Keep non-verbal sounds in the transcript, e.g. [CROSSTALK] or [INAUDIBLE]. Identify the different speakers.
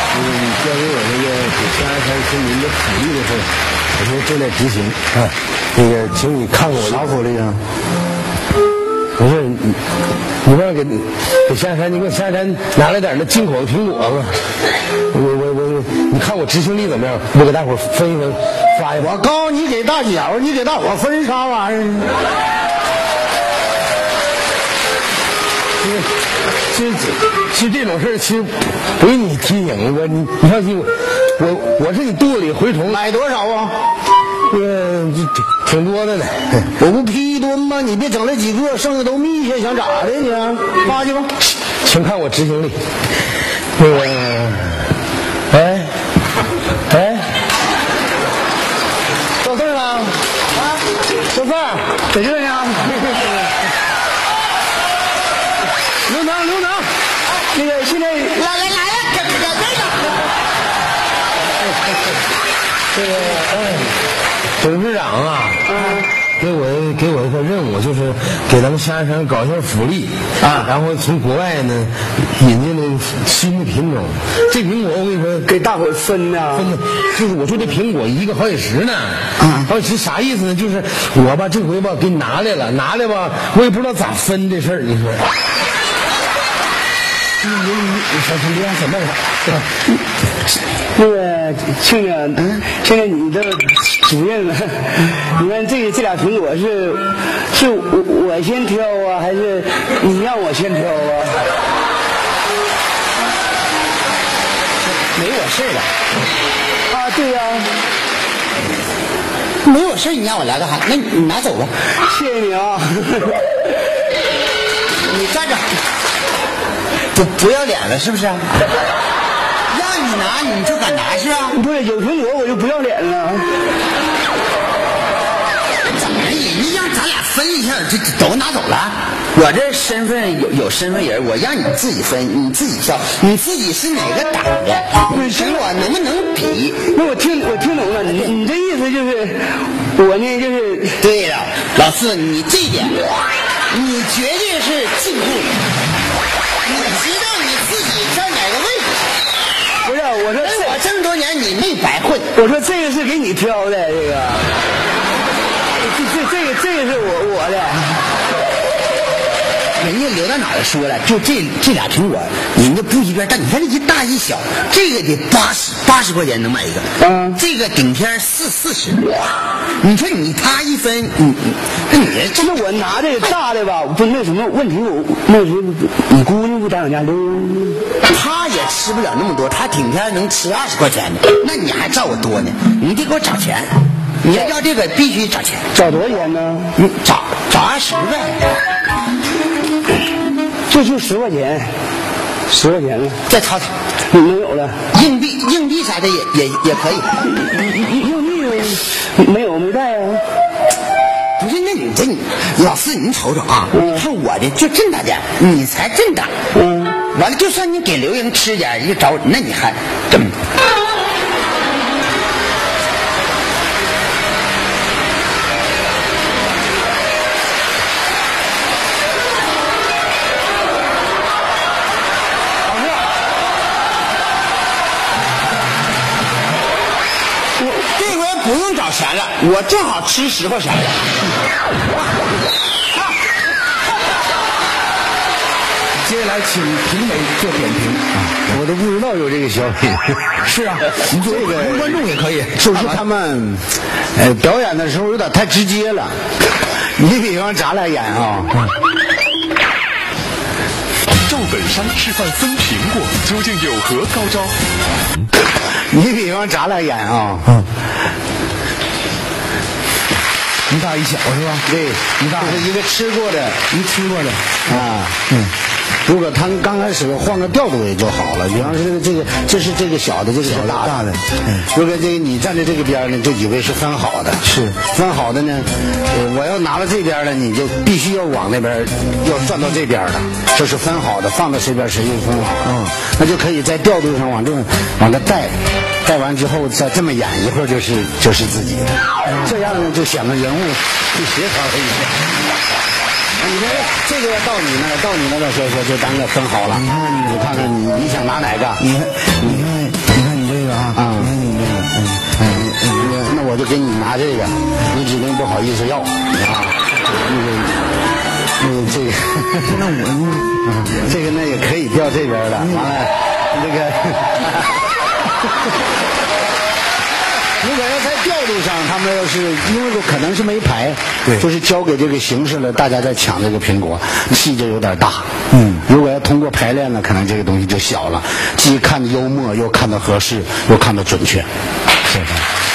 Speaker 1: 交给我那个给家乡村民的鼓励的时候，我说正在执行啊。那个，请你看看我啥福利啊？不是，你你让给给下山，你给下山拿来点那进口的苹果吧。我我我，你看我执行力怎么样？我给大伙儿分一分，发一发。
Speaker 2: 我告诉你给大姐夫，你给大伙分啥玩意儿？
Speaker 1: 其实其实这种事儿，其实不用你提醒我，你你放心，我我我是你肚里蛔虫，
Speaker 2: 买多少啊？
Speaker 1: 嗯，这挺多的呢。
Speaker 2: 我不批一吨吗？你别整来几个，剩下都密下，想咋的你、发去吧。
Speaker 1: 请看我执行力。那个，哎哎，
Speaker 2: 小四儿啊，啊，小四儿，在这呢。刘能，刘能，那个现在
Speaker 3: 来来来了，搁搁这个。
Speaker 1: 董事长啊，给我给我一个任务，就是给咱们下山搞一下福利啊，然后从国外呢引进了新的品种。这苹果我跟你说，
Speaker 2: 给大伙儿分呐、
Speaker 1: 真的，就是我说这苹果一个好几十呢，好几十啥意思呢？就是我吧，这回吧给你拿来了，拿来吧，我也不知道咋分这事儿，你说。你你你你想你想想办法，
Speaker 4: 那个庆庆，现在你的主任了，你看这个这俩苹果是是我我先挑啊，还是你让我先挑啊？
Speaker 1: 没我事了。
Speaker 4: 啊，对呀、
Speaker 3: 没有事儿，你让我来干啥？那你拿走吧，
Speaker 4: 谢谢你啊。
Speaker 3: 你站着，不不要脸了是不是？让你拿你就敢拿是啊？
Speaker 4: 不是有苹果我就不要脸了，
Speaker 3: 怎么哎你你让咱俩分一下，这这都拿走了？我这身份有有身份人，我让你自己分，你自己挑，你自己是哪个党的？你跟我能不能比？
Speaker 4: 那我听我听懂了，你你这意思就是我呢就是
Speaker 3: 对了，老四，你这一点，你绝对是进步了。你知道你自己在哪个位置？
Speaker 4: 不是我说
Speaker 3: 跟我这么多年，你没白混。
Speaker 4: 这我说这个是给你挑的这个，这这这个这个是我我的。
Speaker 3: 人家刘大脑袋说了，就这这俩苹果，人家不一边大，你看这一大一小，这个得八十八十块钱能买一个，
Speaker 4: 嗯
Speaker 3: 这个顶天四四十。你说你他一分，你你那你这
Speaker 4: 那我拿这个大的吧，不那什么问题我，那时候你姑娘不在我家溜
Speaker 3: 他也吃不了那么多，他顶天能吃二十块钱的，那你还照我多呢？你得给我涨钱，你要要这个必须涨钱，
Speaker 4: 找多少钱呢？
Speaker 3: 你涨涨二十呗，
Speaker 4: 这就十块钱，十块钱了，
Speaker 3: 再掏掏
Speaker 4: 你没有了，
Speaker 3: 硬币硬币啥的也也也可以。
Speaker 4: 硬币没有没带啊？
Speaker 3: 不是，那你这你老四，你瞅瞅啊，
Speaker 2: 嗯
Speaker 3: 你看我的就这么大点儿，你才这么大，
Speaker 4: 嗯，
Speaker 3: 完了就算你给刘英吃点儿，就找那你还这么，
Speaker 2: 这回不用找钱了，我正好吃十块钱。
Speaker 1: 接下来请评委做点评。我都不知道有这个小品。是
Speaker 2: [LAUGHS]
Speaker 1: 啊，你做这个观众也可以。
Speaker 2: 就是他们，呃，表演的时候有点太直接了。你比方咱俩演啊，
Speaker 1: 嗯
Speaker 5: 赵本山示范分苹果，究竟有何高招？
Speaker 2: 你比方咱俩演啊，
Speaker 1: 嗯一大一小是吧？
Speaker 2: 对，
Speaker 1: 你看
Speaker 2: 就是一个吃过的
Speaker 1: 你吃过的。
Speaker 2: 啊，嗯，如果他们刚开始换个调度也就好了。比方说这个，这是这个小的，这个是大的。
Speaker 1: 大的
Speaker 2: 如果这个你站在这个边儿呢，就以为是分好的，是分好的呢，呃我要拿到这边儿了，你就必须要往那边儿，要转到这边儿了，这是分好的，放到谁边儿谁就分好。嗯，那就可以在调度上往这往这带，带完之后再这么演一会儿，就是就是自己的，这样呢就显得人物就协调了一点。你说这个到你那儿，到你那个说说，就当个分好了。你看，你看看你，你想拿哪个？
Speaker 1: 你看，你看，你看你这个
Speaker 2: 啊，嗯嗯嗯嗯，那我就给你拿这个，你指定不好意思要啊。那个，那个这个，那我这个那也可以调这边的，完了那 [LAUGHS] 个。如果要在调度上，他们要是因为可能是没排，
Speaker 1: 对
Speaker 2: 就是交给这个形式了，大家在抢这个苹果，气就有点大。嗯，如果要通过排练呢，可能这个东西就小了，既看着幽默，又看着合适，又看着准确。
Speaker 1: 是的